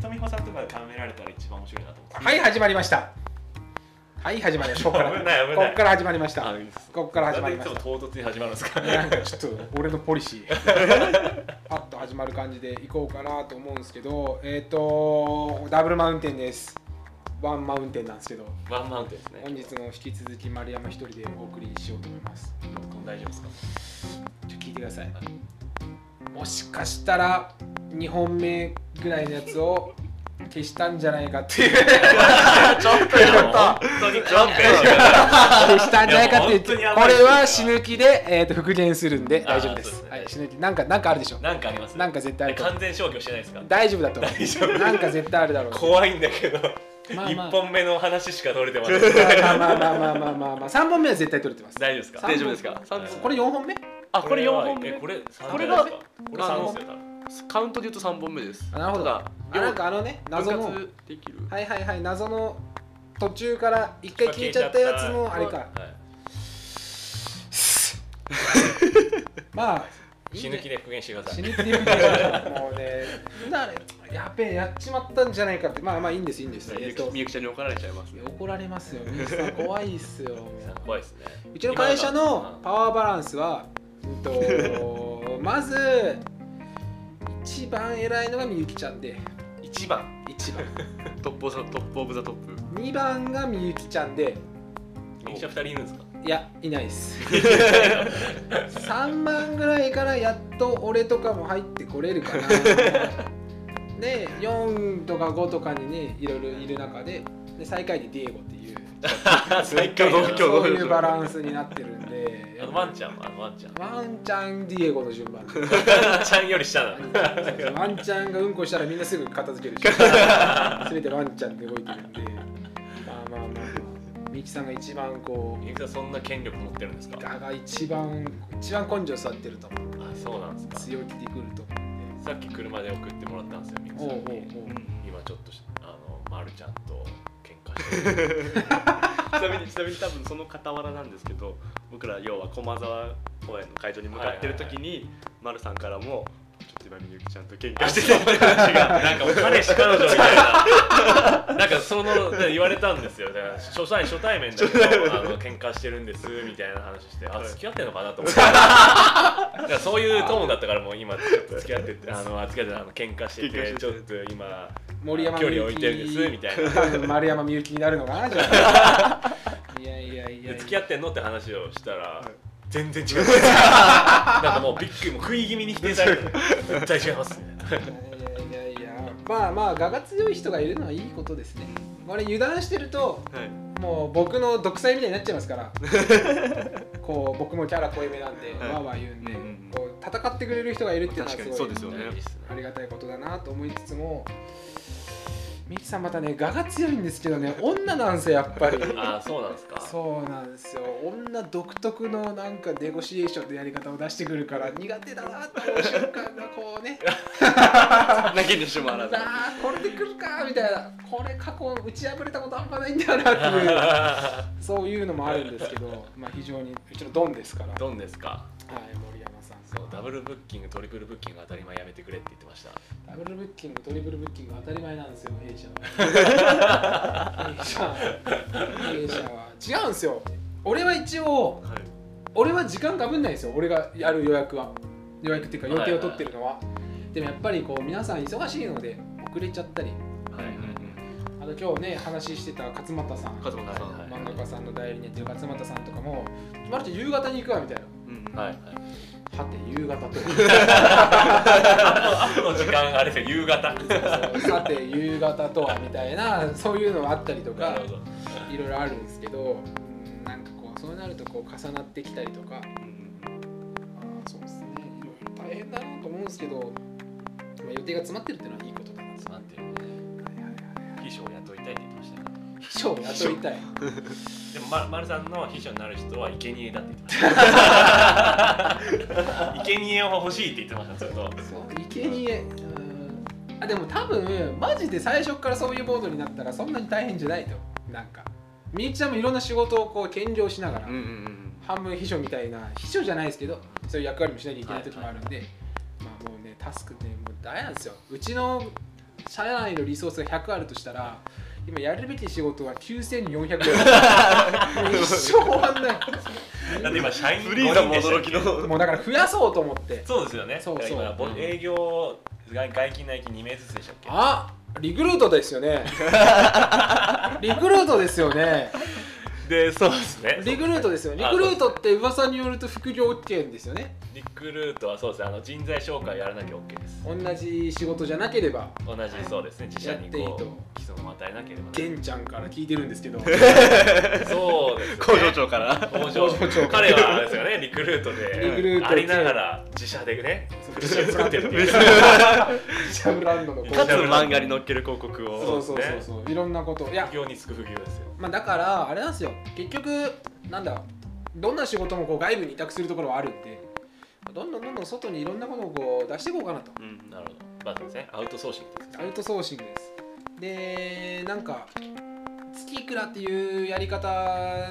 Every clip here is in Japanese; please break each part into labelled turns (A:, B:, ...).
A: 富穂さんとかで絡められたら一番面白いなと思って
B: はい始まりましたはい始まりましたここから
A: 危ない危
B: こ
A: ない
B: こから始まりました
A: あ
B: ここから始まりまし
A: なんでいつも唐突に始まるんですか
B: たなんかちょっと俺のポリシーパッと始まる感じで行こうかなと思うんですけどえっ、とダブルマウンテンですワンマウンテンなんですけど
A: ワンマウンテンですね
B: 本日も引き続き丸山一人でお送りしようと思います
A: 大丈夫ですか
B: ちょっと聞いてくださいもしかしたら2本目ぐらいのやつを消したんじゃないかっていう
A: ちょっとやろ本当に勘弁してください
B: 消したんじゃないかっていう
A: いやもう本当にやばい
B: これは死ぬ気で、えー、と復元するんで大丈夫です
A: あーそうですね
B: はい、死ぬ気なんかなんかあるでしょ
A: なんかあります
B: なんか絶対あると思う
A: 完全消去してないですか
B: 大丈夫だと思
A: 大丈夫
B: うなんか絶対あるだろう
A: 怖いんだけど、
B: まあまあ
A: 1本目の話しか取れてません
B: まあまあまあまあまあまあ、まあ、3本目は絶対取れてます
A: 大丈夫ですか
B: 三本目
C: 大丈夫ですか
A: 三本目
B: これ4本目
C: あこれ4本
A: え
C: 目
A: これ三
C: これ
A: じゃない
C: が
A: ですかこれ
C: あ
A: 3
C: の
A: ですよ多分
C: カウントで言うと3本目です
B: あなるほど
C: た
B: あ
C: だ
B: なんかあのね謎
C: 分
B: の
C: 割でき る
B: はいはいはい謎の途中から一回消えちゃったやつのあれか
A: はい
B: まあいい
A: 死
B: ね
A: ぬ気で復元してくださ
B: 死
A: い
B: ぬ気で見てるもうねなやべえやっちまったんじゃないかってまあまあいいんですいいんですえ
C: みゆ
B: っ
C: き
B: と
C: みゆきちゃんに怒られちゃいますね
B: 怒られます よ皆さん怖いっすよ
A: 怖いですね
B: うちの会社のパワーバランスは、うんと、まず一番偉いのがみゆきちゃんで
A: 1番
B: 一番
C: トップオブザトップオブザトップ
B: 2番がみゆきちゃんで
A: みゆきちゃん2人いるんですか
B: いやいないです 3番ぐらいからやっと俺とかも入ってこれるかなで4とか5とかにねいろいろいる中でで最下位でディエゴっていう
A: 最
C: 下位だな
B: そういうバランスになってるんで
A: あのワンちゃんもあのワンちゃん
B: ワンちゃんディエゴ の順番
A: ワンちゃんより下だ
B: ワンちゃんがうんこしたらみんなすぐ片 付けるでしょ全てワンちゃんで動いてるんでまあまあまあまあみゆきさんが一番こう
A: みゆきさんそんな権力持ってるんですか
B: が一番一番根性座ってると思う
A: あそうなんですか
B: 強気でくると思うんで
A: さっき車で送ってもらったんですよみゆきさん
B: おうおう
A: に
B: おう
A: 今ちょっとしあのまるちゃんと喧嘩してる
C: ちなみにちなみに多分その傍らなんですけど僕ら要は駒沢公園の会場に向かってる時に丸さんからもちょっと今みゆきちゃんと喧嘩してて
A: う話がなんかもう彼氏彼女みたいななんかそのね言われたんですよだから初対初対面だけどあの喧嘩してるんですみたいな話してあ
C: はい
A: 付き合ってんのかなと思ってだからそういうトーンだったからもう今ちょっと付き合っててあのあ付き合ってあの喧嘩して
C: 喧嘩
A: て
C: してて
A: ちょっと今
B: 森山
A: 距離置いてるんですみたいな
B: 多分丸山みゆきになるのかなじゃ あいやいやいや
A: で付き合
B: っ
A: ってんのって話をしたら
C: い
A: 全然違うなんかもうびっくりもう食い気味に否定されて絶対違いますね
B: いやいやいやまあまあ我が強い人がいるのはいいことですねこれ油断してると
C: はい
B: もう僕の独裁みたいになっちゃいますから こう僕もキャラ濃いめなんで
C: はい
B: わーわー言うんで、
C: うんうんうん
B: こう戦ってくれる人がいるっていうのは
C: 確か
B: す
C: に
B: ごい
C: そうですよね
A: いいっすね
B: ありがたいことだなと思いつつもミキさんまたね我が強いんですけどね女なんですよやっぱ り
A: あそうなんですか
B: そうなんですよ女独特のなんかネゴシエーションのやり方を出してくるから苦手だなって思う瞬間がこうね
C: なきにしもあ
B: あ
C: らず
B: あこれでくるかみたいなこれ過去打ち破れたことあんまないんだよなっていう そういうのもあるんですけどまあ非常にうちのドンですからはい
A: どんですか
B: 森山さん
A: そうダブルブッキングトリプルブッキング当たり前やめてくれって言ってました
B: ダブルブッキング、トリプルブッキング当たり前なんですよ、弊社は。弊社は。弊社は。違うんですよ。俺は一応、
C: はい
B: 俺は時間かぶんないですよ、俺がやる予約は。予約っていうか、予定を取ってるのは。でもやっぱりこう皆さん忙しいので遅れちゃったり、
A: はいはい
B: あと今日ね、話してた勝俣さん、
C: 勝間さん
A: はい
B: 漫画家さんの代理にやってる勝俣さんとかも、まるちゃん夕方に行くわみたいな。
C: うん
A: はい
C: い
A: はい
B: はて、夕方 と。
A: あの時間あれですよ夕方
B: さて、夕方とはみたいな、そういうのがあったりとか。
A: ど
B: いろいろあるんですけど、うんなんかこうそうなるとこう重なってきたりとか、あーそうですね、いろいろ大変だなと思うんですけど、まあ、予定が詰まってるっていうのはいいことだな。
A: つまんてるね
B: はいはいはいはい
A: 秘書を雇いたいって言ってましたよ
B: 秘書を雇いたい。
A: でもま丸さんの秘書になる人は生贄だって言ってました生贄を欲しいって言ってましたずっと
B: そう、いけにえ。うんあでも多分マジで最初からそういうボードになったらそんなに大変じゃないとなんかみゆきちゃんもいろんな仕事をこう兼業しながら、
C: うんうんうん
B: 半分秘書みたいな秘書じゃないですけどそういう役割もしなきゃいけない時もあるんで、まあもうねタスクねもう大変なんですようちの社内のリソースが100あるとしたら今やるべき仕事は9400一生終わんない
A: だって今社員
C: フリーザも驚き
A: の
C: の
B: もうだから増やそうと思って
A: そうですよね
B: そうそう
A: だから今ぼ
C: うん
A: 営業外外勤内勤2名ずつでしたっけ
B: あリクルートですよねリクルートですよね
A: でそうですね
B: リクルートですよね
A: あ
B: リクルートって噂によると副業 OK ですよね
A: リクルートはそうですねあの人材紹介やらなきゃ OK です
B: 同じ仕事じゃなければ
A: 同じそうですね自社にこ
B: やっていいと
A: う基礎を与えなければ
B: 玄ちゃんから聞いてるんですけど
A: そうですね
C: 工場長から
A: 工
B: 工場
A: 場
B: 長
A: 長彼はあれですよねリクルートで
B: リクルート
A: ありながら自社でね自社で作ってるっていう
B: シャブランドのこう
C: かつ漫画に載っける広告を
B: そうそうそうそういろんなこといや
A: 副業につく副業ですよ
B: まあ、だからあれなんですよ結局なんだどんな仕事もこう外部に委託するところはあるってどんどんどんどん外にいろんなことをこう出していこうかなと
C: うん
A: なるほどまあそうですねアウトソーシングです
B: アウトソーシングですでなんか月いくらっていうやり方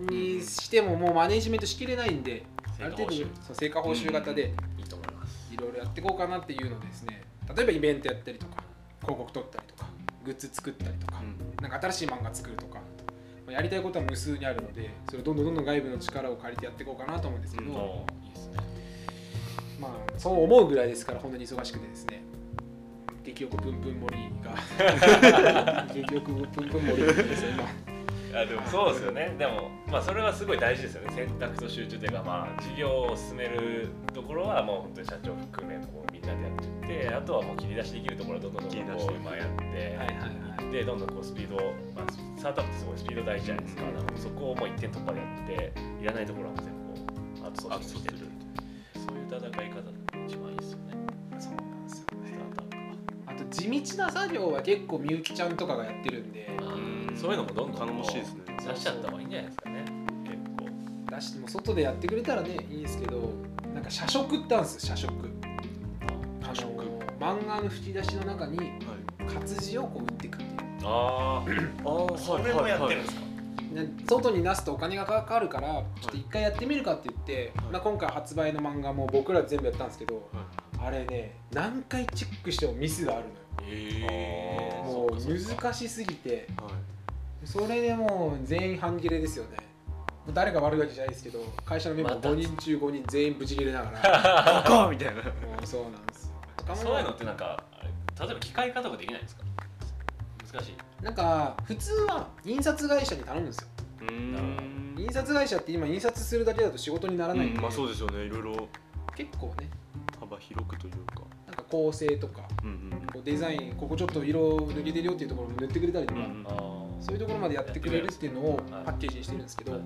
B: にしてももうマネジメントしきれないんで
A: あ
B: ある
A: る
B: 程
A: 程
B: 度
A: 度い
B: そう成果報酬型で
A: いと思います
B: いろいろやっていこうかなっていうのをですね例えばイベントやったりとか広告取ったりとかグッズ作ったりとか、なんか新しい漫画作るとかやりたいことは無数にあるのでそれをどんどんどんどん外部の力を借りてやっていこうかなと思うんですけど、
C: うん
A: もういいですね
B: まあそう思うぐらいですから本当に忙しくてですね激横ぷんぷん盛り が激横ぷんぷん盛りですよ今
A: あでもそうですよねでもまあそれはすごい大事ですよね選択と集中というかまあ事業を進めるところはもう本当に社長含めもうみんなでやっていってあとはもう切り出しできるところはどんどんどんどんこ
C: 切り出して
A: うまあやって、
B: はいはいはい
A: でどんどんこうスピードを、まあ、スタートアップってすごいスピード大事じゃないですか、だからそこをもう一点突破でやっていらないところはもう全部こうアウトソーシングしてるそういう戦い方が一番いいですよね
B: そうなんです
A: スター
B: よ
A: トアップは
B: あと地道な作業は結構みゆきちゃんとかがやってるんで
A: うんそういうのもどんどん
C: 頼もしいですね
A: 出しちゃった方がいいんじゃないですかね結構
B: 出しても外でやってくれたらねいいんですけどなんか社食ってあるんです社食
C: 社食
B: あの漫画の吹き出しの中に活字をこう打っていくっていう
A: ああ
C: ああ
A: それもやってるんですか、
B: ね外に出すとお金がかかるからちょっと一回やってみるかって言って、
C: はい
B: まあ、今回発売の漫画も僕ら全部やったんですけどあれね何回チェックしてもミスがある
C: え
A: あ
B: の
A: ー
B: よ
A: そっかそ
B: も
A: っか
B: う難しすぎてそれでもう全員半切れですよねもう誰が悪いわけじゃないですけど会社のメンバー
A: また
B: 5人中5人全員ブチ切れながら
C: バカみたいな
B: もうそうなんですよ
A: そういうのってなんかあれ例えば機械化とかできないんですか難しい
B: なんか普通は印刷会社に頼むんですよ
C: うん
B: 印刷会社って今印刷するだけだと仕事にならないんで、
C: まあそうですよねいろいろ
B: 結構ね
C: 幅広くというか
B: なんか構成とか
C: うん
B: こうデザインここちょっと色抜けてるよっていうところも塗ってくれたりとか、
C: うん
A: あー
B: そういうところまでやってくれるっていうのを
A: はい
B: パッケージにしてるんですけど、
A: はい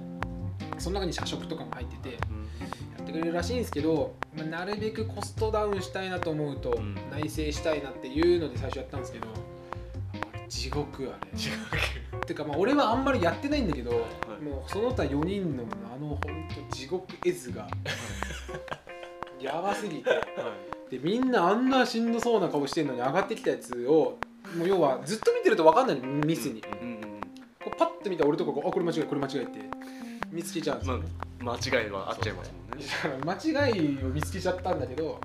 B: その中に社食とかも入っててや
C: うん
B: ってくれるらしいんですけど、まあ、なるべくコストダウンしたいなと思うと、
C: ん
B: 内製したいなっていうので最初やったんですけどあれ地獄あれ
A: 違う
B: てかまあ俺はあんまりやってないんだけど、
C: い
B: もうその他4人のあのほんと地獄絵図がやばすぎて。でみんなあんなしんどそうな顔してんのに上がってきたやつをもう要はずっと見てると分かんないのミスに、こ
C: うんうん
B: うパッと見たら俺とかこうあこれ間違いこれ間違いって見つけちゃうんですよ、ね
C: まあ間違いはあっちゃいますもんね
B: だ から間違いを見つけちゃったんだけど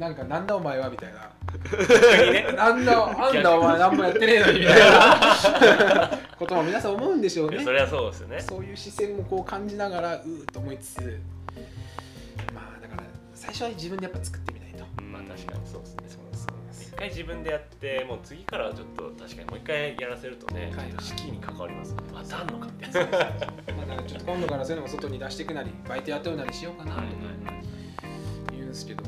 B: なんかなんだお前はみたいな
A: 逆にね
B: なんだあんだお前何もやってねえのにみたいな ことも皆さん思うんでしょ う
A: いや
B: ね
A: それはそうですよね
B: そういう視線もこう感じながらうーっと思いつつまあだから最初は自分でやっぱ作ってみないと
A: まあ確かにそうですね
B: そうですそうです
A: 一回自分でやってもう次からはちょっと確かにもう一回やらせるとね
B: はい
A: ちょっと資金に関わりますねまたあんのかみたいな
B: まあ、なんかちょっと今度からそういうのも外に出していくなりバイト雇うなりしようかなと
A: はい
B: か
A: はい
B: 言うんですけど、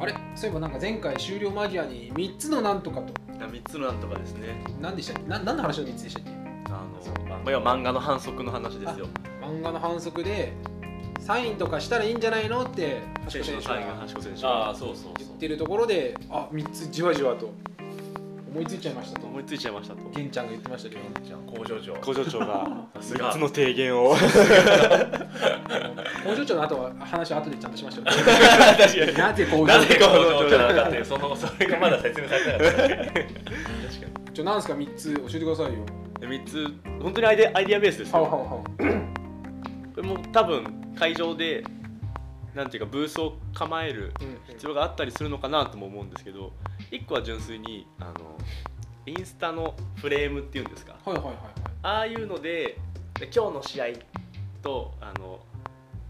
B: あれそういえばなんか前回終了間際に3つのなんとかと
C: 3つのなんとかですね
B: 何でしたっけな何の話の3つでしたっけ
C: あの要は漫画の反則の話ですよ
B: 漫画の反則でサインとかしたらいいんじゃないのって橋子選手
C: はい
B: が
C: 橋子選手
A: ああそうそう
B: 言
A: そ
B: ってるところであ3つじわじわと思いついちゃいましたと
C: 思いついちゃいましたと
B: 玄ちゃんが言ってましたけど
A: うじゃあ工場長
C: 工場長が
A: さす
C: 3
A: が
C: つの提言を
B: 工場長の後は話は後でちゃんとしましょう
C: 確かに
B: なぜ工場
A: なぜ
B: 長
A: 工場長なのかってそのそれがまだ説明されてなかった
B: ちょなんですか3つ教えてくださいよ
C: 3つ本当にアイデアアイデアベースです
B: はは
C: よ
B: は
C: これも多分会場でなんていうかブースを構える
B: うん
C: 必要があったりするのかなとも思うんですけど一個は純粋にあのインスタのフレームっていうんですか
B: はいはいはいはい
C: ああいうのでで今日の試合とあの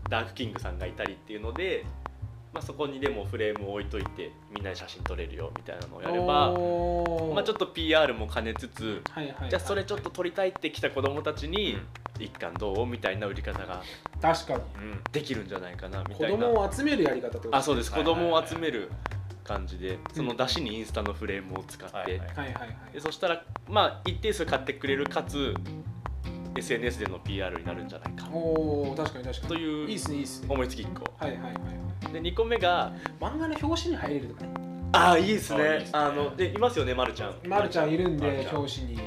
C: ダークキングさんがいたりっていうので、まあ、そこにでもフレームを置いといてみんなで写真撮れるよみたいなのをやれば、
B: おー
C: まあ、ちょっと PR も兼ねつつ
B: はいはいはい
C: じゃあそれちょっと撮りたいって来た子どもたちに
A: うん
C: 一貫どうみたいな売り方が
B: 確かに
A: うん
C: できるんじゃないかなみ
B: 子
C: たいな
B: 供を集めるやり方ってこと
C: あそうです
A: は
C: 子
A: いはいはい
C: 供を集める感じでその出しにインスタのフレームを使って、
A: はいはい
B: はいはいはい
C: でそしたらまあ一定数買ってくれるかつ SNS での PR になるんじゃないか
B: おお確かに確かに
C: という
B: いいっすねいいっすね
C: 思いつき1個
B: はいはいはいはい
C: で2個目が
B: 漫画の表紙に入れるとかね
C: ああいいです
A: あいい
C: ね
A: ですね
C: あのでいますよねまるちゃん
B: まるちゃんいるん
A: まるち
B: で
A: ゃん
B: 表紙に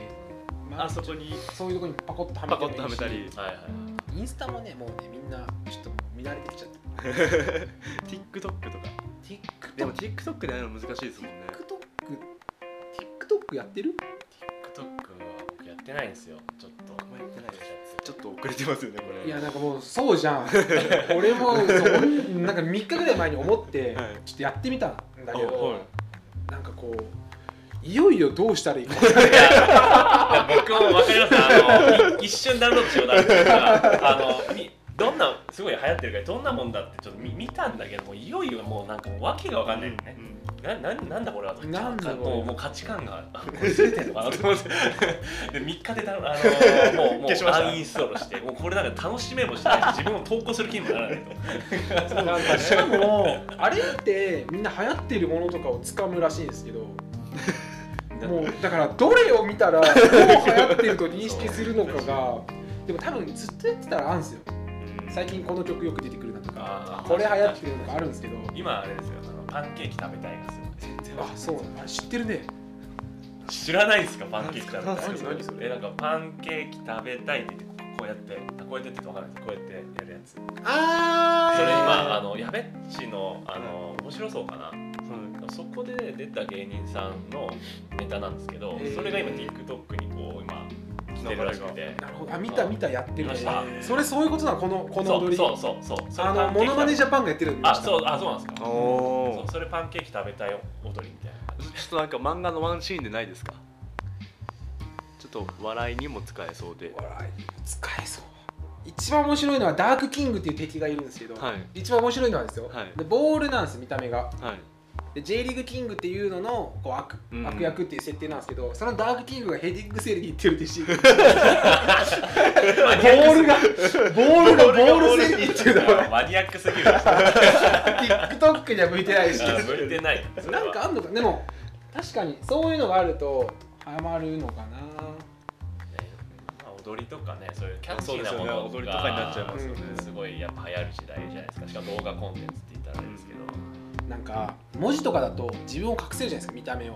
B: ま
C: あそこに
B: そういうとこにパコッとはめ
C: パ
B: て
C: コ
B: もいいし
C: ッとはめたり
A: はいはいはい
B: インスタもねもうねみんなちょっと見慣れてきちゃって
C: TikTok とか
B: TikTok
C: でも TikTok でやるの難しいですもんね
B: TikTok TikTok やってる
A: TikTok は僕やってないんですよ ちょっと
C: まやってないでちょっと遅れてますよねこれ
B: いやなんかもうそうじゃ ん俺もそうなんか3日ぐらい前に思って
C: はい
B: ちょっとやってみたんだけ
A: おう
B: ど
A: おう
B: なんかこういよいよどうしたらいいか
A: 僕も分かりますあのい一瞬ダウンロードしようとなるんですがあのみどんなすごい流行ってるからどんなもんだってちょっと見見たんだけどもういよいよもうなんかもう訳が分かんないよね、ななんなんだこれはと
B: なんだこれは
A: もうもう価値観があこれずれてんのかなと思ってで3日でダウンあのもうも
C: 消しま
A: う
C: した
A: アンインストールしてもうこれなんか楽しめもしないし自分も投稿する気にもならないと
B: なんかしかもあれってみんな流行ってるものとかをつかむらしいんですけどもうだからどれを見たらどう流行ってると認識するのかがでも多分ずっとやってたらあるんですよ最近この曲よく出てくるなとか
A: あー
B: これ流行ってるのがあるんですけど
A: 今あれですよあのパンケーキ食べたいがすごい全然わかん
B: あ
A: ない
B: そうなんだあ知ってるね
A: 知らないですかパンケーキ食べたい
C: 何それ何それ
A: えなんかパンケーキ食べたいって言ってこうやってあこうやってって分かるんですこうやってやるやつそれ
B: あー
A: 今あのやべっちのあの面白そうかなそこで出た芸人さんのネタなんですけど
B: へー
A: それが今 TikTok にこう今来てるらしくて
B: なるほどあ見た見たやってるね
A: 見ました
B: それそういうことなのこのこの
A: そ
B: 踊
A: う
B: り
A: そうそうそうそれ
B: あ
A: パ
B: の
A: ンケーキ
B: モノマネジャパンがやってるの見ま
A: あ
B: した
A: そうあそうなんです
C: お
A: かそ
C: お
A: うそれパンケーキ食べたい踊りみたいな
C: ちょっとなんか漫画のワンシーンでないですかちょっと笑いにも使えそうで
B: 笑い使えそう一番面白いのはダークキングっていう敵がいるんですけど、
C: はい
B: 一番面白いのはですよ、
C: はい
B: でボールなんです見た目が
C: はい
B: で J リーグキングっていうののこう悪,、
C: うん
B: 悪役っていう設定なんですけどそのダークキングがヘディングセールに行ってるっていうシーンボールがボールがボールセールに行ってるだか ら
A: マニアックすぎるあ
B: TikTok には向いてないし
A: 向いてないそれは
B: なんかあんのかでも確かにそういうのがあるとハマるのかな
A: ねまあ踊りとかねそういうキャッチ
C: そう
A: ー
C: で
A: な
C: すよ
A: も
C: ね
A: の
C: 踊りとかになっちゃいますす
B: よ
C: よ
B: ね
C: ね、
A: すごいやっぱ流行る時代じゃないですかしかも動画コンテンツって言ったらあれですけど、
B: なんか文字とかだと自分を隠せるじゃないですか見た目を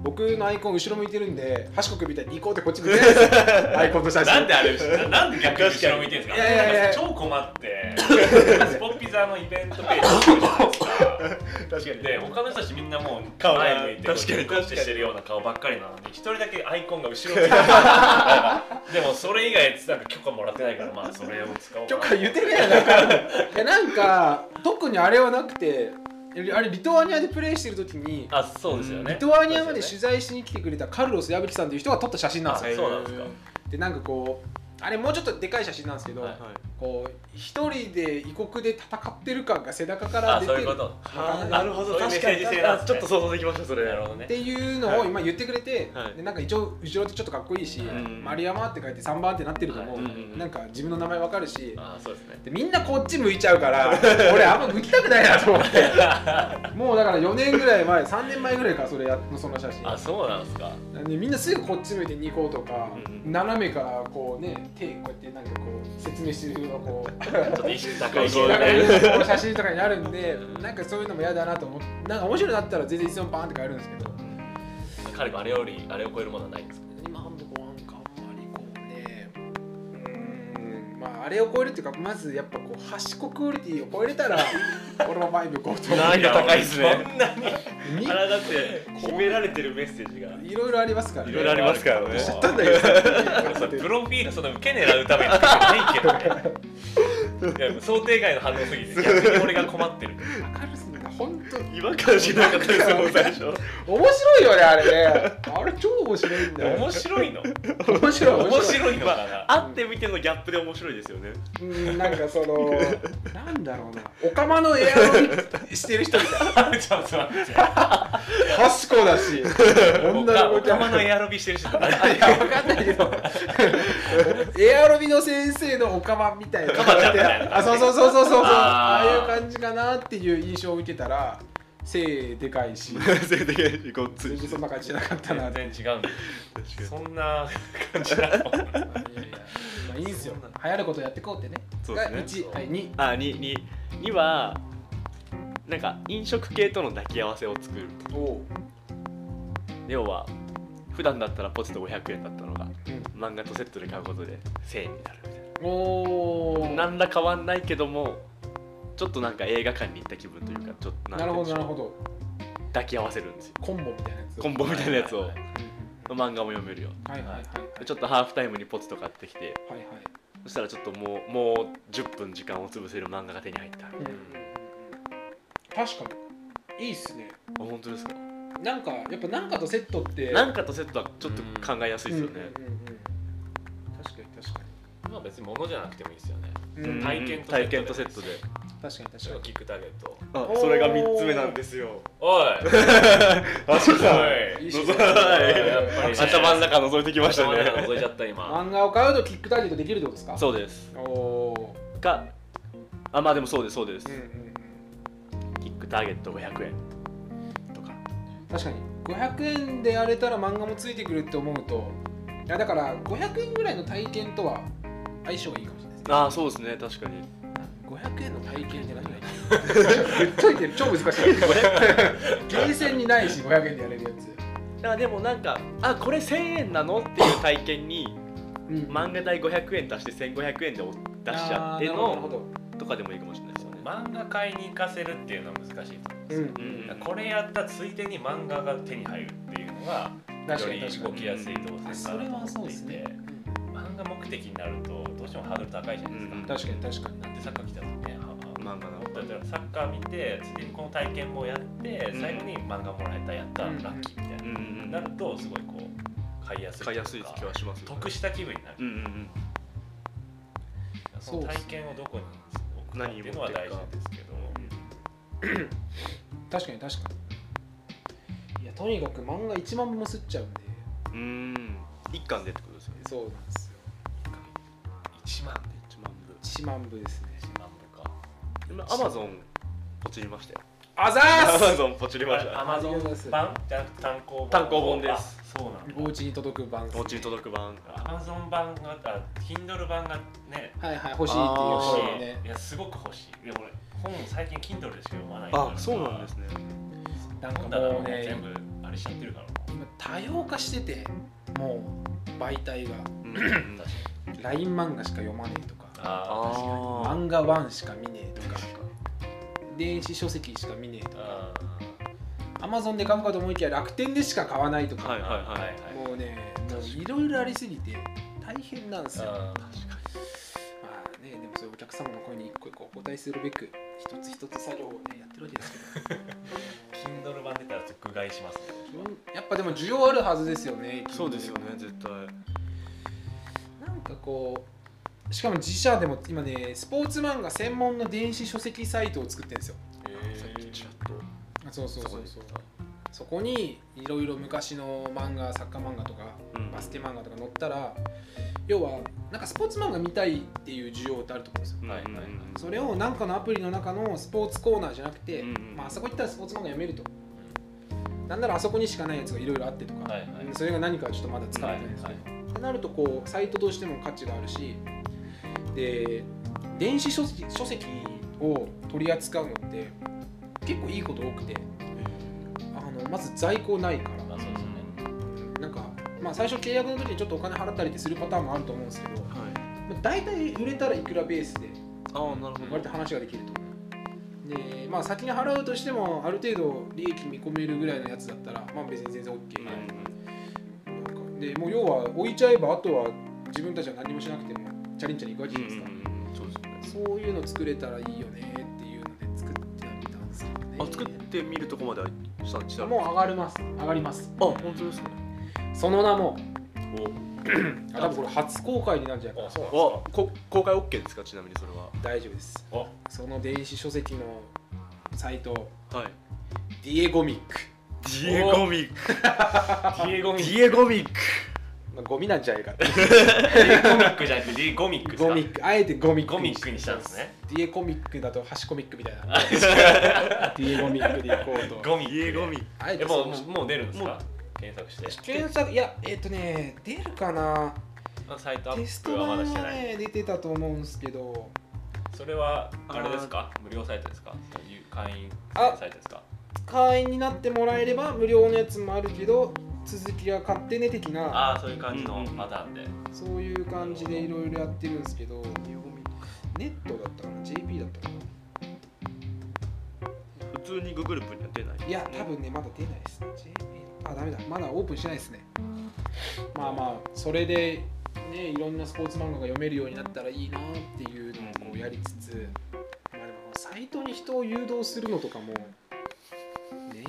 B: 僕のアイコン後ろ向いてるんで端っこくみたいに行こうってこっち向いてないですよ アイコンと写真
A: なんであれななんで逆に後ろ向いてるんですか
B: いやいやいや
A: なんか超困って スポッピザのイベントページ見てるじゃないですか
C: 確か
A: で他の人たちみんなもう
C: 顔が
A: 前向いてこう
C: 確かに
A: ニコッてしてるような顔ばっかりなのに一人だけアイコンが後ろ 向いてるなんかでもそれ以外なんか許可もらってないからまあそれを使おうか
B: 許
A: な
B: 可言ってねえやなんかえなんか特にあれはなくてあれリトアニアでプレイしてる時に
A: あそうですよね
B: リトアニアまで
A: そ
B: 取材しに来てくれたカルロス矢吹さんという人が撮った写真なんですよ
A: あそうなんですか
B: でなんかこうあれもうちょっとでかい写真なんですけど、
A: はい
B: こう一人で異国で戦ってる感が背中から
A: あ
B: 出て
A: そう
B: る
A: いうこ
B: っ
A: と
C: あーなるほ
A: そうい
C: ど
A: うメ
C: 確
A: ッセ
C: か
A: ージ
C: に
A: 性なんですね
C: あちょっと想像できましたそれ
A: なるほどね
B: ていうのを今言ってくれて、
C: はい
B: でなんか一応後ろってちょっとかっこいいし
A: はい
B: 「丸山」って書いて3番ってなってるのも、
A: はい
C: うんうんうん
B: なんか自分の名前わかるし、
A: あそうですね
B: でみんなこっち向いちゃうから 俺あんま向きたくないなと思ってもうだから4年ぐらい前3年前ぐらいからそれやのその写
A: あ
B: 真
A: そうなんですか
B: でみんなすぐこっち向いてニコとか、
C: うんうん
B: 斜めからこうね手こうやってなんかこう説明してるのこ
A: ちょっと
B: う
A: 意識高い
C: そう
B: な
C: だ
B: んか
C: ね
B: こう写真とかにあるんでなんかそういうのも嫌だなと思ってなんか面白いなったら全然いつでもバーンって変えるんですけど
A: 彼もあれよりあれを超えるものはないんですか
B: 今のとこなんかあんまりこうねうーんまああれを超えるっていうかまずやっぱこう端っこクオリティを超えれたら俺もバイブこうと思
C: 難易度高いっすね
A: そんなに
B: うに
C: あれだって秘められてるメッセージが
B: いろいろありますからね
C: いろいろありますから ね
B: 知ったんだけどさ
A: プロフィールその受け狙うために作ってないけどねいや想定外の反応すぎて逆に俺が困ってる
B: 明るすぎて本当に
C: 違和感しなかったですもん最 初
B: 面白いよねあれね あれ超面白いんだよ
A: 面白いの
B: 面白い
A: 面白いのかな、
C: 会ってみてのギャップで面白いです よね
B: うんなんかそのなんだろうなおかまのエアロビしてる人みたいな
A: ちょっと待って
B: ハシコだし女の
A: お
B: 子ちゃん
A: 釜のエアロビしてる人
B: いやわかんないけど エアロビの先生のおかまみたいな
A: カバちゃんみたいな
B: あそうそうそうそうそうそうあ
A: あー
B: あいう感じかなっていう印象を受けたら背でかいし
C: 全然ごっ つ
B: 全
C: い
B: 然そんな感じじゃなかったな
A: 全
B: って
A: 然違うんだよ
C: 確かに
A: そんな感じなの
B: まあいいんすよ流行ることやってこうってね
C: そうですね
B: が1はい2
C: あにににはなんか飲食系との抱き合わせを作る
B: お
C: 要は普段だったらポテト500円だったのが
B: うん
C: 漫画とセットで買うことで1000円になるみたい
B: おー
C: な何ら変わんないけどもちょっとなんか映画館に行った気分というかちょっとん
B: な
C: て
B: る
C: 言う
B: ほ
C: んで
B: ど
C: しょ
B: な
C: う
B: るほど
C: 抱き合わせるんですよ
B: コンボみたいなやつ
C: コンボみたいなやつ
A: は
C: を
A: いはいはい
C: 漫画も読めるよ
B: はいはいはい
C: でちょっとハーフタイムにポツと買ってきて
B: はいはい
C: そしたらちょっともうもう10分時間を潰せる漫画が手に入ったみたいな、
B: 確かにいいっすね
C: あ本当ですか
B: なんかやっぱなんかとセットって
C: なんかとセットはちょっと考えやすいですよね、
B: うんうんうんうん確かに確か
A: まあ別に物じゃなくてもいいですよね
B: に、
C: うん
A: 体験と
C: 体験とセットで
B: 確かに
A: 私
B: 確
A: は
B: か
A: キックターゲット
B: おー
C: それが3つ目なんですよ
A: おい
C: あそう
B: に
A: お
B: い
A: い
B: いし
C: 覗はい
A: やっぱりね
C: 頭の中覗いてきました
A: 頭の中
C: ね
A: 覗いちゃった今
B: 漫画を買うとキックターゲットできるってことですか
C: そうです
B: うおー
C: かあまあでもそうですそうです、
B: うんうんうん
C: キックターゲット500円とか
B: 確かに500円でやれたら漫画もついてくるって思うといやだから500円ぐらいの体験とは相性がいいかもしれないですね
C: ああそうですね確かに
B: 500円の体験じゃなくないぶっといてる 超難しい ゲーセンにないし500円でやれるやつ、
C: あでもなんかあこれ1000円なのっていう体験に
B: うん
C: 漫画代500円足して1500円でお出しちゃ
B: あー
C: って
B: なるほ
C: の
B: ど
C: とかでもいいかもしれないですよね
A: 漫画買いに行かせるっていうのは難しいと思うんです
B: う
A: よ
B: ん
C: うん
A: これやったついでに漫画が手に入るっていうのが
B: 確
A: よ
B: かに
A: り
B: 確か
A: 動
B: に
A: きやすい動線
B: あそ
A: かな
B: れ
A: と
B: は
A: 思
B: そう
A: っ
B: で
A: てい
B: す
A: て
B: ね、
A: 漫画目的になるとどうしてもハードル高いじゃないですか、
C: うんうん
B: 確かに確かに
A: なんでサッカー来たのね
C: 漫画の
A: だったらサッカー見てついでにこの体験もやって
C: うん
A: 最後に漫画もらえたやった
B: う
A: ラ
B: ん
A: ッキーみたい
C: うんうんう
A: なんなるとすごいこう買いやすいと
C: 買
A: う
C: い
A: か
C: やすい気はしますよね
A: 得した気分になる
C: うんうんうん
A: その体験をどこに置くかっていうのは大事ですけど
B: 確かに確かにいやとにかく漫画1万部もすっちゃうんで
C: うーん一巻でってことですよね
B: そうなんですよ
A: 1万
C: 1万
B: 1万部ですね
A: 1万部か
C: 部今アマゾンポチりましたよ
B: あざ
C: アマ
B: ーす
C: ゾンポチりまし
A: ア
C: た
A: マゾン版じゃなくて単行本
C: 単行本です
A: あそうなんだ
B: お家に届く版
C: お家に届く版
A: アマゾン版があ Kindle 版がね
B: はいはい欲
A: 欲し
B: しいっていう人
A: い
B: もね
A: いやすごく欲しいいや俺本最近 Kindle でしか読まないから
C: あそうなんですね
B: なん
A: 本
B: か
A: 棚
B: も
A: も
B: う
A: ね全
B: ね
A: 部あれしちゃってるから
B: 今多様化しててもう媒体が
C: うんうんうん
A: 確かに
B: LINE 漫画しか読まねえとか
A: あー
C: あ
B: 漫画ワンしか見ねえと
C: ー
B: か電子書籍しか見ねえとか
A: あ
B: Amazon で買うかと思いきや楽天でしか買わないとか、
C: はい
A: ー
C: はいはい
A: はい
B: もうねもういろいろありすぎて大変なんですよ
A: あ
B: まあね、でもそういうお客様の声に一個一個お答えするべく一つ一つ作業をねやってるわけですけ
A: ー Kindle 版出たら即買いしますね
B: どやっぱでも需要あるはずですよね
C: そうですよね絶対
B: なんかこうしかも自社でも今ねスポーツ漫画専門の電子書籍サイトを作ってるんですよ
C: さっきちらっと
B: あそうそう
C: そ
B: そう
C: こで
B: そ
C: 言
B: う
C: っ
B: そこにいろいろ昔の漫画作家漫画とか
C: たうん
B: バスケ漫画とか載ったら要はなんかスポーツ漫画見たいっていう需要ってあると思うんですよ
A: はいはいはい
B: それを何かのアプリの中のスポーツコーナーじゃなくて、
C: うんうん
B: まあ、あそこ行ったらスポーツ漫画読めると、なんならあそこにしかないやつがいろいろあってとか、
A: はいはい
B: うんそれが何かはちょっとまだつかめてないですけど、ってなるとこうサイトとしても価値があるしで電子書籍書籍を取り扱うのって結構いいこと多くてあのまず在庫ないから
A: まあそうですよね
B: なんか、まあ、最初契約の時にちょっとお金払ったりってするパターンもあると思うんですけど
C: はい
B: まあ大体売れたらいくらベースで
C: ああなるほど
B: 割と話ができると。でまあ、先に払うとしてもある程度利益見込めるぐらいのやつだったら、まあ、別に全然 OK
C: うんうん
B: なんかでもう要は置いちゃえばあとは自分たちは何もしなくてもチャリンチャリン行くわけじゃないですか、
C: そうですね
B: そういうの作れたらいいよねっていうので作ってみたんですけどね
C: あ作ってみるとこまではしたんちなみ
B: もう
C: に
B: 上がります上がります
C: あ本当ですか
B: その名も
C: お
B: あ多分これ初公開になるんじゃない
A: あ
B: か
A: そうなん
C: おこ公開 OK ですかちなみにそれは
B: な大丈夫です
A: お
B: その電子書籍のサイト
C: はい
B: ディエゴミック、
C: デ
A: ィエゴ
C: ミック
A: ディエゴミ
C: デ
A: ック
C: ィエゴミック
B: まあ、ゴミなんじゃないか
A: ディエゴミックじゃなくてディエゴミックですか
B: ゴミックあえてゴミック
A: ゴミックにしたんですね
B: ディエコミックだと端コミックみたい なディエゴミックでいこうと
A: ゴミック
C: ック
B: あえ
A: え
B: て
A: もう
B: そう
A: も
B: し
A: うもう出るんです
C: も
A: か検索して
B: 検索いやえっ、とね出るかな
A: あサイトア
B: テス
A: ップ
B: ト
A: はま
B: 版
A: だして
B: は
A: ない
B: ね出てたと思うんですけど
A: それはあれですか無料サイトですか有会員
B: あ
A: サイトですか
B: 会員になってもらえれば無料のやつもあるけど続きは勝手ね的な
A: ああそういう感じのパターンで
B: そういう感じでいろいろやってるんですけどネットだったかな JP だったかな
C: 普通にググルプには出ない
B: いや多分ねまだ出ないですね JP あダメだまだオープンしてないですねまあまあそれでねいろんなスポーツ漫画が読めるようになったらいいなっていうのをこうやりつつまあでもサイトに人を誘導するのとかもねえも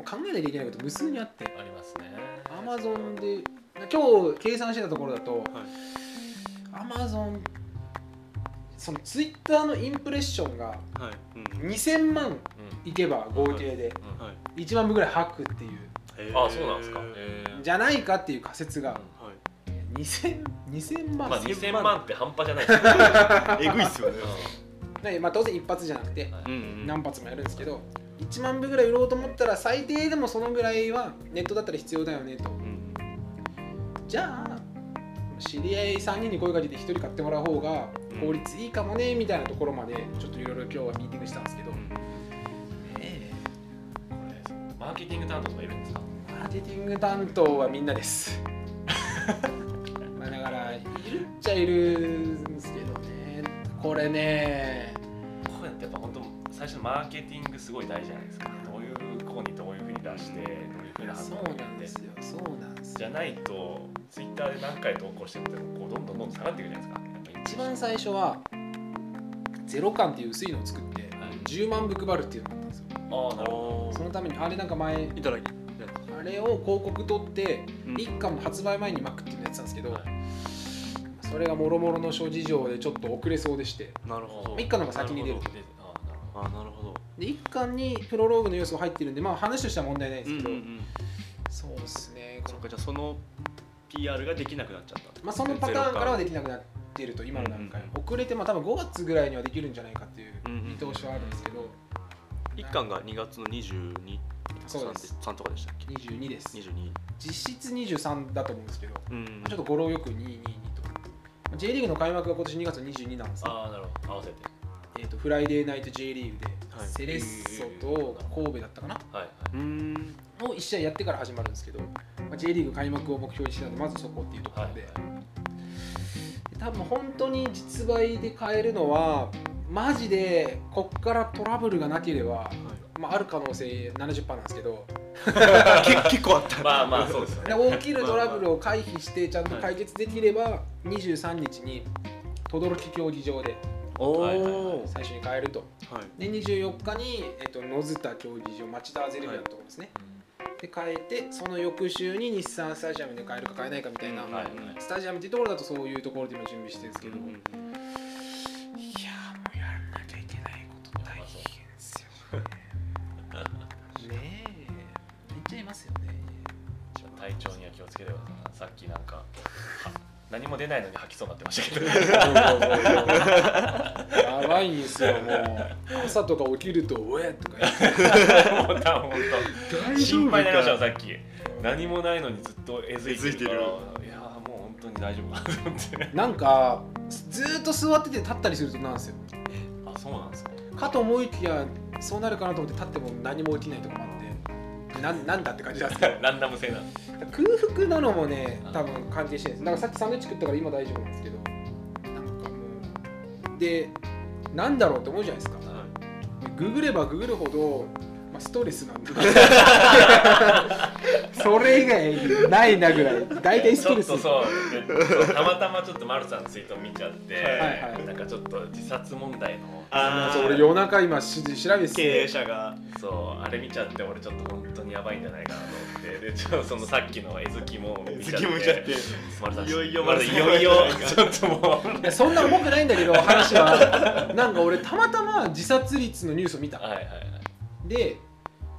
B: う考えなきゃいけないこと無数にあって
A: ありますね
B: アマゾンで今日計算してたところだと
C: はい
B: アマゾンそのツイッターのインプレッションが
C: はいうん
B: 2000万
A: うん
B: いけば合計で
A: うん
C: はい
B: 1万部ぐらい吐くっていう
C: へー
A: あそうなんですかへー
B: じゃないかっていう仮説が
C: はい
B: 2000 2000万
A: まあ
B: 1000
A: 2000
B: 万
A: 万って半端じゃないです
C: えぐいっすよね
B: だからまあ当然一発じゃなくて
A: は
C: う
A: い
C: ん
B: 何発もやるんですけど1万部ぐらい売ろうと思ったら最低でもそのぐらいはネットだったら必要だよねと
C: うん
B: じゃあ知り合い3人に声かけて1人買ってもらう方が効率いいかもねみたいなところまでちょっといろいろ今日はミーティングしたんですけど、え
A: これマーケティング担当とかいるんですか
B: えマーケティング担当はみんなです まあだからいるっちゃいるんですけどねこれね
A: こうやってやっぱ本当最初のマーケティングすごい大事じゃないですかどういう子にどういうふうに出してどういうふうな反
B: そう
A: 応をや
B: なん
A: っ
B: で
A: て
B: すよそうなんです
A: じ
B: よ
A: ゃないとツイッターで何回投稿してもこうどんどんどんどん下がっていくじゃないですかやっぱ
B: 一番最初はゼロ感っていう薄いのを作って10万部配るっていうのがあったんですよ
A: ああなるほ
C: お
B: そのためにあれなんか前
C: いただき
B: あれを広告取って
C: うん
B: 1巻の発売前に巻くっていうのやってたんですけど、
A: はい
B: それがもろもろの諸事情でちょっと遅れそうでして
C: なるほど
B: 一巻の方が先に出る
A: ど出てああなるほ
C: あなるほど
B: で1巻にプロローグの要素が入ってるんでまあ話としては問題ないんですけど、
C: ん
B: そうですね
C: そっかじゃあその PR ができなくなっちゃった
B: まあ、そのパターンからはできなくなっていると今の段階、
C: うん
B: 遅れてまあ多分5月ぐらいにはできるんじゃないかっていう
C: うんうん
B: 見通しはあるんですけど、
C: 一巻が2月の22
B: そうです
C: 3とかでしたっけ
B: 22です
C: 22
B: 実質23だと思うんですけど、ま
C: うん
B: あちょっと語呂よく222とまあ J リーグの開幕が今年2月22なんですけ
A: ど
B: ど
A: ああなるほど合わせて
B: えー、とフライデーナイト J リーグで、
C: はい
B: セレッソと神戸だったかな
A: はいはい
C: うん
B: を1試合やってから始まるんですけど、まあ J リーグ開幕を目標にしてたんでまずそこっていうとこ
A: は
B: ろ
A: い
B: で、多分本当に実売で買えるのはマジでこっからトラブルがなければ、まあ、ある可能性70%なんですけど
C: け 結構あっ た
A: まあまあそうですよね
B: で起きるトラブルを回避してちゃんと解決できれば23日に轟競技場で
C: おお
A: はいはいはい
B: 最初に買えると
C: はい
B: で24日に、えっと野津田競技場町田ゼルビアのところですね、で変えてその翌週に日産スタジアムで変えるか変えないかみたいな、
C: うん
A: はいはい
B: スタジアムっていうところだとそういうところで今準備してるんですけど、いやーもうやらなきゃいけないこと大変です よねねえめっちゃいますよね
A: ちょっと体調には気をつけてくださいさっきなんか は何も出ないのに吐きそうになってま したけど
B: やばいんですよもう朝とか起きると「おえ!」とか言って
A: 本当本当心配になりましたよさっき何もないのにずっとえずいてるから
C: え
A: いやーもう本当に大丈夫かなと思って
B: なんかずーっと座ってて立ったりするとなんですよ
A: あそうなんですか
B: かと思いきやそうなるかなと思って立っても何も起きないとかもあってなんなんだって感じなんですけど
A: ランダム性なんです
B: 空腹なのもね多分関係してるんですなんかさっきサンドイッチ食ったから今大丈夫なんですけどなんかもうでなんだろうって思うじゃないですか
A: は
B: ググればググるほど、まあ、ストレスなんだ それ以外ないなぐらい大体ス
A: ちょ
B: ト
A: っ
B: レス
A: とそうでそうたまたまちょっと丸さんのツイート見ちゃって、
C: はい
B: はい
A: なんかちょっと自殺問題の
C: あ
B: そう俺夜中今し調べて
C: 経
B: て
C: 営者が
A: そうあれ見ちゃって俺ちょっと本当にやばいんじゃないかなと思ってでちょっとそのさっきの絵好きも見ちゃって
C: 月向いちゃって
A: 丸さん
C: いよいよ
A: 丸さんいよいよちょっともう
B: いやそんな重くないんだけど話はなんか俺たまたま自殺率のニュースを見た
A: はいはいはい
B: で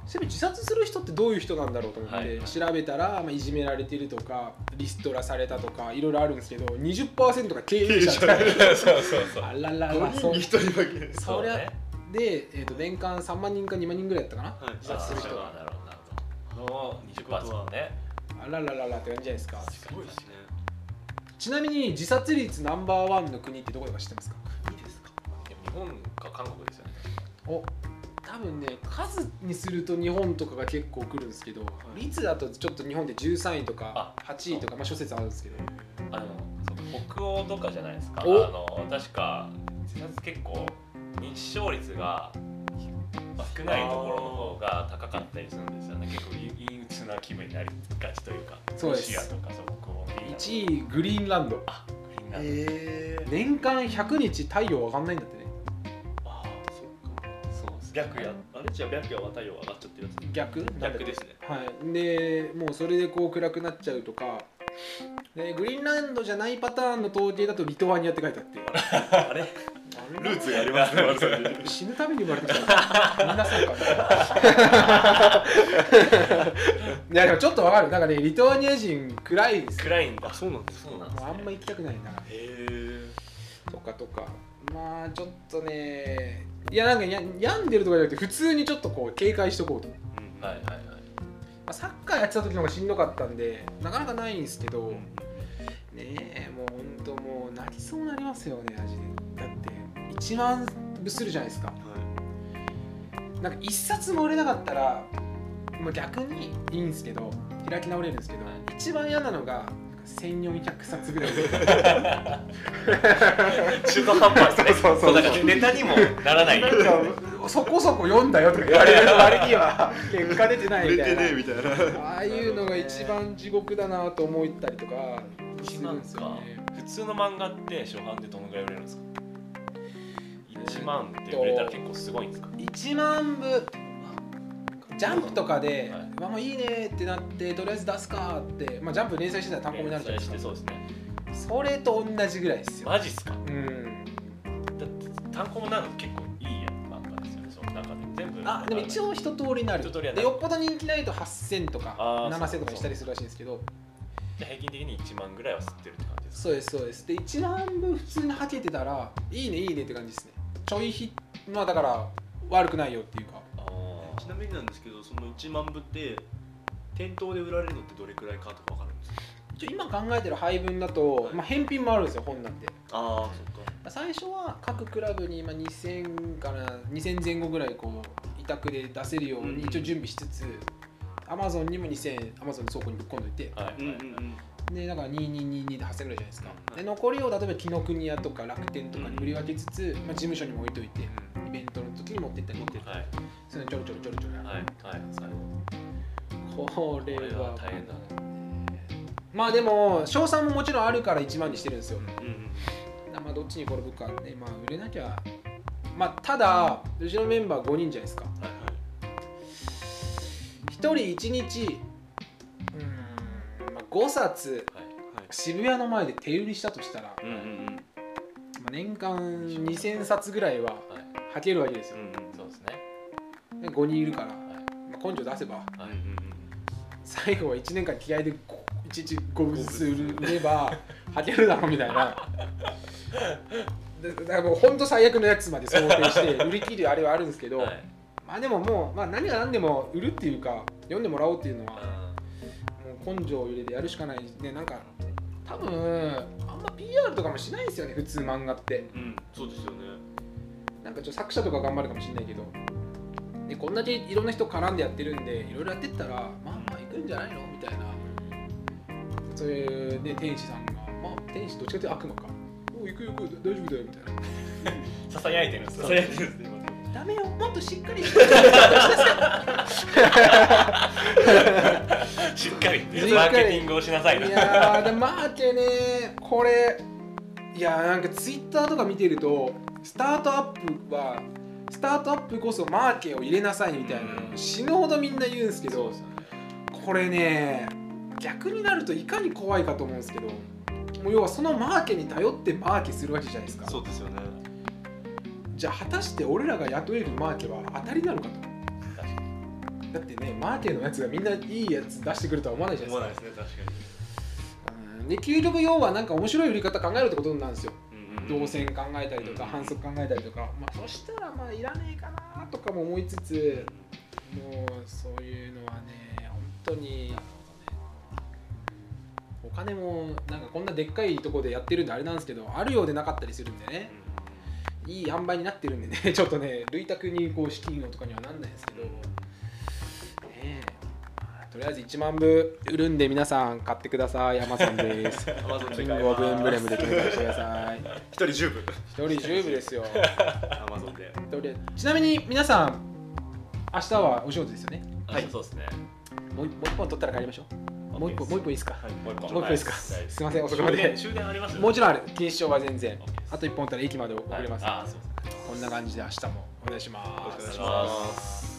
B: そういえば自殺する人ってどういう人なんだろうと思って、
A: はい
B: 調べたら、まあ、いじめられてるとかリストラされたとかいろいろあるんですけど20%が経営者だ
A: そうそうそう
B: あららら
C: 5人
B: そ
C: に1人だけ
A: そうね
B: うで、えー、と年間3万人か2万人ぐらいだったかな
C: はい
B: 自殺する人が
A: なるほどなるほどの20%ね
B: あららららって感じじゃないですか
C: すごいですね
B: ちなみに自殺率ナンバーワンの国ってどこだか知ってますか
C: いいですか
A: でも日本か韓国ですよね
B: お多分ね数にすると日本とかが結構来るんですけど率だとちょっと日本で13位とか
A: あ
B: 8位とかまあ諸説あるんですけど
A: あのそう北欧とかじゃないですかあ
B: お
A: の確か自殺結構日照率が少ないところの方が高かったりするんですよね結構陰鬱な気分になりがちというか
B: そうです
A: シアとかそう北欧の
B: 1位グリーンランド
A: みんな
C: ええ
B: 年間100日太陽上がんないんだってね
C: ああそうか
A: そうですね
C: 白夜あれじゃあ白夜は太陽上がっちゃってるや
B: 逆
C: つ逆ですね
B: はいでもうそれでこう暗くなっちゃうとかでグリーンランドじゃないパターンの統計だとリトアニアって書い てあって
C: あれルーツがありますね丸さんに
B: 死ぬために生まれてきたみんなそうか みたいないやでもちょっとわかるなんかねリトアニア人暗いですよ
A: 暗いんだ
C: そうなんです
A: そうなんです、
B: もう
A: ね、
B: あんま行きたくないな
C: へえ
B: とかとかまあちょっとねいやなんかや病んでるとかじゃなくて普通にちょっとこう警戒しとこうと
C: うん
A: はいはいはい
B: まあサッカーやってた時の方がしんどかったんでなかなかないんですけど、
C: うん
B: ねえもうほんともうなりそうなりますよねマジでだって1万部するじゃないですか
C: は
B: なんか1冊も売れなかったらもう逆にいいんですけど開き直れるんですけど、
A: はい
B: 一番嫌なのが1400冊ぐらい
A: 中途半端 ですね
B: そうそうそう
A: だからネタにもならない
B: なんかそこそこ読んだよとか言われる割には結果出てない
C: い
B: み
C: 売
B: た
C: れ
B: いな
C: てねえみたいなは
B: ああいうのが一番地獄だなと思ったりとかするんですよね
A: 普通の漫画って初版でどのぐらい売れるんですか1万って売れたら結構すごいんですか
B: 1万部ジャンプとかで、
A: はい
B: まあまあいいねってなってとりあえず出すかって、まあ、ジャンプ連載してたら単行本になるじゃない
A: して
B: です
A: そうですね
B: かそれと同じぐらいですよ、
A: マジっすか
B: うん
A: だって単行本なんか結構いいや漫画ですよねその中で全部
B: あでも一応一通りになる
A: 一通りはなる
B: でよっぽど人気ないと8000とか
A: あー
B: 7000とかにしたりするらしいんですけど
A: じゃあ平均的に1万ぐらいは吸ってるって感じですか
B: そうですそうですで1万部普通にはけてたらいいねいいねって感じですねちょいひまあだから悪くないよっていうか
A: あ
C: いちなみになんですけどその1万部って店頭で売られるのってどれくらいかとかわかるんですか
B: ちょ今考えてる配分だと、まあ、返品もあるんですよ本なんて
C: ああそっか
B: 最初は各クラブに今2000から2000前後ぐらいこう委託で出せるように
C: うん
B: 一応準備しつつ、Amazon にも2000 Amazon の倉庫にぶっ込んどいて
A: ーはい
C: うん
A: はい、
C: うんうん
B: でだから2222で8000ぐらいじゃないですか、
C: うん
B: で残りを例えば紀ノ国屋とか楽天とかに売り分けつつ、まあ、事務所にも置いといてイベントの時に持ってったりとか
A: はいはい
B: そういうのちょろちょろちょろちょろやる、
A: はいはい
B: これ
A: これは
B: は
A: 大変だね
B: まあでも賞賛ももちろんあるから1万にしてるんですよ、
C: うんうん
B: まあどっちに転ぶかねまあ売れなきゃまあただうちのメンバー5人じゃないですか
C: はいはい
B: 1人1日うーん、まあ、5冊
C: はい
B: 渋谷の前で手売りしたとしたら、ま
C: うんうんうん
B: あ、年間2000冊ぐらいは
A: はいはい
B: はけるわけですよ
C: う、んうん
A: そうですね
B: で5人いるから、ま
A: はい
B: あ、根性出せば
A: は
C: うん
A: い
C: うんうん
B: 最後は1年間気合でこう1日5分ずつ売ればはけるだろうみたいなでだからもうほんと最悪のやつまで想定 して売り切るあれはあるんですけど、
A: はい
B: まあでももう、まあ、何が何でも売るっていうか読んでもらおうっていうのはもう根性を入れてやるしかないねなんか多分あんま PR とかもしないんですよね普通漫画って
C: うんそうですよね
B: なんかちょっと作者とか頑張るかもしれないけどでこんだけいろんな人絡んでやってるんでいろいろやってったらまあまあいくんじゃないのみたいなそういうね天使さんがまあ天使どっちかというと悪魔かおう行くよ行くよ大丈夫だよみたい
A: ささやいてるんです
C: ささやいてるんですね
B: なダメよもっとしっかりして私ですよ
A: しっかり
B: しっかり
A: マーケティングをしなさいない
B: やーでマーケねこれいやーなんかツイッターとか見てるとスタートアップはスタートアップこそマーケを入れなさいみたいな
A: うん
B: 死ぬほどみんな言うんですけどこれね逆になるといかに怖いかと思うんですけどもう要はそのマーケに頼ってマーケするわけじゃないですか
C: そうですよね
B: じゃあ果たして俺らが雇えるマーケは当たりなのかとだってねマーケのやつがみんないいやつ出してくるとは思わないじゃないですか
C: ですね確
B: うんで究極要はなんか面白い売り方考えるってことなんですよ、
C: かに
B: 動線考えたりとか
C: うん
B: 反則考えたりとか、まあ、そしたらまあいらねえかなとかも思いつつもうそういうのはね本当にお金もなんかこんなでっかいとこでやってるんであれなんですけどあるようでなかったりするんでねいい塩梅になってるんでね ちょっとね類託にこう資金のとかにはなんないですけど、ねえまあとりあえず1万部売るんで皆さん買ってくださいアマゾンです
C: アマゾン
B: キ
C: で
B: ング
C: 買い
B: オブエンブ
C: ま
B: レ
C: す
B: ムで検索してください。
C: 一人十分
B: 一人10部ですよ。
C: アマゾンで
B: 一人ちなみに皆さん、明日はお仕事ですよね。
A: はいそうですね
B: もうもう一本取ったら帰りましょう。もう一本、もう一本いいですか。
A: はいもう一本
B: もう一本いいですか。
A: はい
B: すみません、遅く
A: 終
B: ま
A: 電
B: で。
A: 終電あります
B: もちろんある、錦糸町は全然
A: OK で。す
B: あと一本取ったら駅まで送
A: はい
B: れます。
A: あーそうですね
B: こんな感じで明日もお願いしま
A: お願い
B: す
A: し。ます